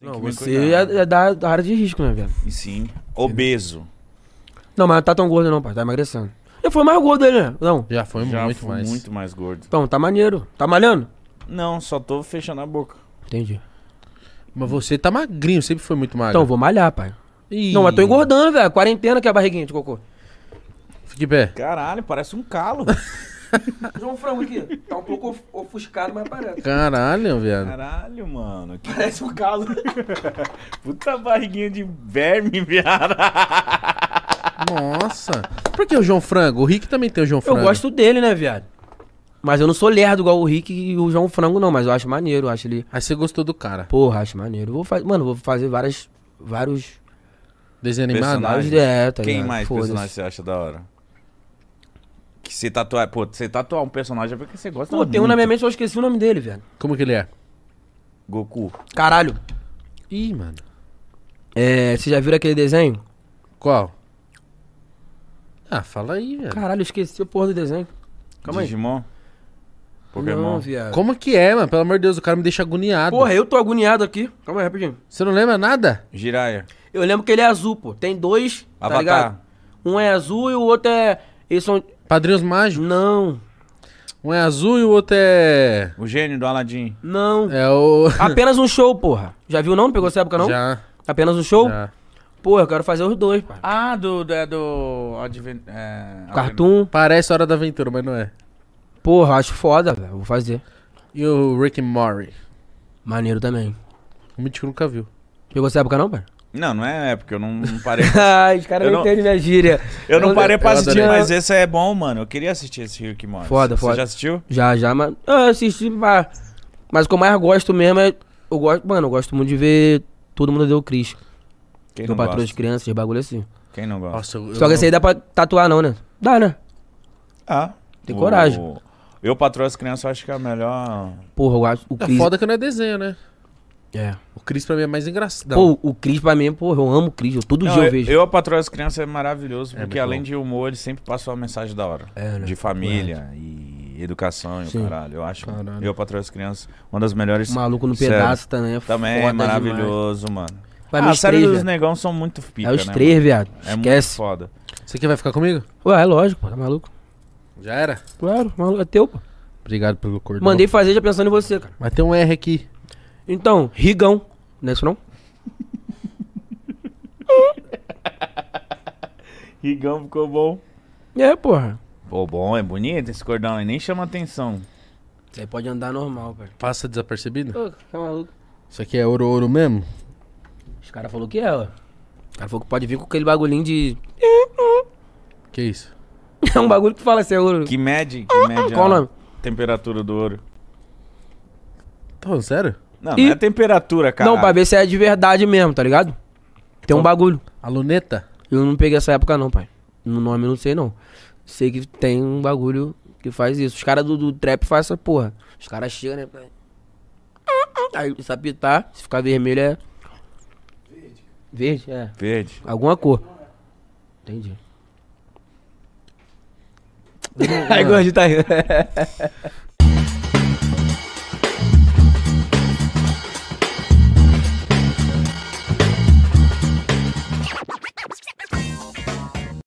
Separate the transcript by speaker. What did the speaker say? Speaker 1: Tem
Speaker 2: Não,
Speaker 1: que me
Speaker 2: você é,
Speaker 1: cuidar.
Speaker 2: é da, da área de risco, né, velho?
Speaker 1: E Sim. Obeso.
Speaker 2: Não, mas não tá tão gordo não, pai. Tá emagrecendo. Eu fui mais gordo ele, né? Não.
Speaker 3: Já foi
Speaker 1: Já
Speaker 3: muito
Speaker 1: fui
Speaker 3: mais.
Speaker 1: muito mais gordo.
Speaker 2: Então, tá maneiro. Tá malhando?
Speaker 1: Não, só tô fechando a boca.
Speaker 2: Entendi.
Speaker 3: Mas você tá magrinho, sempre foi muito magro.
Speaker 2: Então, vou malhar, pai.
Speaker 3: Ih,
Speaker 2: Não, mas tô engordando, velho. Quarentena que é a barriguinha de cocô.
Speaker 3: Fique de pé.
Speaker 1: Caralho, parece um calo.
Speaker 2: João Frango aqui. Tá um pouco ofuscado, mas parece.
Speaker 3: Caralho, viado.
Speaker 1: Caralho, mano. Que
Speaker 2: Parece um caso.
Speaker 1: puta barriguinha de verme, viado.
Speaker 3: Nossa. Por que o João Frango? O Rick também tem o João
Speaker 2: Eu
Speaker 3: Frango.
Speaker 2: gosto dele, né, viado? Mas eu não sou lerdo igual o Rick e o João Frango, não. Mas eu acho maneiro, eu acho ele...
Speaker 3: Aí você gostou do cara.
Speaker 2: Porra, acho maneiro. Eu Vou fazer... Mano, eu vou fazer várias... Vários...
Speaker 3: Desenho animado?
Speaker 1: Personagem.
Speaker 2: Vários... É, tá
Speaker 1: Quem
Speaker 2: ligado?
Speaker 1: mais
Speaker 2: Foda-se.
Speaker 1: personagem você acha da hora? Que você tatuar. Pô, você tatuar um personagem é porque você gosta
Speaker 2: Pô, tem um na minha mente, eu esqueci o nome dele, velho.
Speaker 3: Como que ele é?
Speaker 1: Goku.
Speaker 2: Caralho.
Speaker 3: Ih, mano.
Speaker 2: É, vocês já viram aquele desenho?
Speaker 3: Qual? Ah, fala aí, velho.
Speaker 2: Caralho, eu esqueci a porra do desenho. Calma aí.
Speaker 1: Digimon?
Speaker 2: Não,
Speaker 1: Pokémon?
Speaker 2: viado.
Speaker 3: Como que é, mano? Pelo amor de Deus, o cara me deixa agoniado.
Speaker 2: Porra, eu tô agoniado aqui. Calma aí, rapidinho.
Speaker 3: Você não lembra nada?
Speaker 1: Jiraiya.
Speaker 2: Eu lembro que ele é azul, pô. Tem dois, tá
Speaker 1: Avatar.
Speaker 2: ligado? Um é azul e o outro é... Eles são...
Speaker 3: Padrinhos Mágicos?
Speaker 2: Não,
Speaker 3: Um é azul e o outro é.
Speaker 1: O gênio do Aladdin.
Speaker 2: não.
Speaker 3: É o.
Speaker 2: Apenas um show, porra. Já viu não? Não pegou essa época, não?
Speaker 3: Já.
Speaker 2: Apenas um show?
Speaker 3: já.
Speaker 2: Porra, eu quero fazer os dois, pai.
Speaker 1: Ah, do. do, é do Adven- é,
Speaker 2: Cartoon.
Speaker 3: Parece Hora da Aventura, mas não é.
Speaker 2: Porra, acho foda, velho. Vou fazer.
Speaker 3: E o Rick and Morty?
Speaker 2: Maneiro também.
Speaker 3: O Mítico nunca viu.
Speaker 2: Pegou essa época, não, pai?
Speaker 1: Não, não é, é porque eu não, não parei.
Speaker 2: Ai, os caras
Speaker 1: Eu
Speaker 2: não
Speaker 1: não-
Speaker 2: entendem minha gíria.
Speaker 1: eu não parei pra
Speaker 3: eu
Speaker 1: assistir,
Speaker 3: adorei.
Speaker 1: mas esse é bom, mano. Eu queria assistir esse Rick Morty.
Speaker 2: Foda,
Speaker 1: Você
Speaker 2: foda.
Speaker 1: já assistiu?
Speaker 2: Já, já, mas. Ah, Eu assisti, mas. Mas o que eu mais gosto mesmo é. Eu gosto, mano, eu gosto muito de ver Todo Mundo Deu Cris.
Speaker 1: Quem
Speaker 2: Do
Speaker 1: não
Speaker 2: Patrulha
Speaker 1: gosta?
Speaker 2: de Crianças, de bagulho assim.
Speaker 1: Quem não gosta?
Speaker 3: Nossa, eu.
Speaker 2: Só que assim, esse aí dá pra tatuar, não, né? Dá, né?
Speaker 1: Ah.
Speaker 2: Tem coragem.
Speaker 1: Eu patroa as crianças, eu acho que é a melhor.
Speaker 2: Porra, eu acho. O
Speaker 3: É
Speaker 2: Cris.
Speaker 3: foda que não é desenho, né?
Speaker 2: É.
Speaker 3: O Chris pra mim é mais engraçado.
Speaker 2: Pô, o Cris pra mim, porra, eu amo o Cris. Eu, todo
Speaker 1: Não,
Speaker 2: dia eu,
Speaker 1: eu,
Speaker 2: vejo.
Speaker 1: eu, a Patroa das Crianças é maravilhoso,
Speaker 3: É
Speaker 1: porque
Speaker 3: muito
Speaker 1: além
Speaker 3: bom.
Speaker 1: de humor, ele sempre passa uma mensagem da hora.
Speaker 2: É, né?
Speaker 1: De família e educação e o
Speaker 2: Sim.
Speaker 1: caralho. Eu acho.
Speaker 3: Caralho.
Speaker 1: Eu, a Patroa das Crianças, uma das melhores.
Speaker 2: O Maluco no
Speaker 1: Sério.
Speaker 2: pedaço também. É
Speaker 1: Também
Speaker 2: foda
Speaker 1: é maravilhoso, mano.
Speaker 2: Demais. Vai,
Speaker 1: ah,
Speaker 2: ah,
Speaker 1: a
Speaker 2: os
Speaker 1: série
Speaker 2: três,
Speaker 1: dos
Speaker 2: viado.
Speaker 1: negão são muito pica,
Speaker 2: É os
Speaker 1: né,
Speaker 2: três, viado.
Speaker 1: mano? É muito
Speaker 2: Esquece.
Speaker 1: foda.
Speaker 3: Você que vai ficar comigo?
Speaker 2: Ué, é lógico, pô, tá maluco.
Speaker 3: Já era?
Speaker 2: Claro, maluco, é teu, pô.
Speaker 3: Obrigado pelo cordão.
Speaker 2: Mandei fazer já pensando em você, cara.
Speaker 3: Mas tem um R aqui.
Speaker 2: Então, Rigão. Não é isso, não?
Speaker 1: Rigão ficou bom.
Speaker 2: É, porra.
Speaker 1: Pô, bom, é bonito esse cordão, e nem chama atenção.
Speaker 2: Você pode andar normal, velho.
Speaker 3: Passa desapercebido?
Speaker 2: Ô, tá maluco?
Speaker 3: Isso aqui é ouro ouro mesmo?
Speaker 2: Os caras falaram que é, ó. Os caras falaram que pode vir com aquele bagulhinho de.
Speaker 3: Que isso?
Speaker 2: É um bagulho que fala assim, ouro.
Speaker 1: Que mede, que mede
Speaker 2: Qual o
Speaker 1: a
Speaker 2: nome?
Speaker 1: temperatura do ouro.
Speaker 3: Tá falando sério?
Speaker 1: Não,
Speaker 2: E-
Speaker 1: não é temperatura, cara.
Speaker 2: Não, pra ver se é de verdade mesmo, tá ligado? Tem um bagulho.
Speaker 3: A luneta?
Speaker 2: Eu não peguei essa época, não, pai. No nome eu não sei, não. Sei que tem um bagulho que faz isso. Os caras do, do trap fazem essa porra. Os caras chegam, né? pai? Aí se apitar, se ficar vermelho é. Verde. Verde, é.
Speaker 1: Verde.
Speaker 2: Alguma cor. Entendi. Aí o gordinho tá rindo.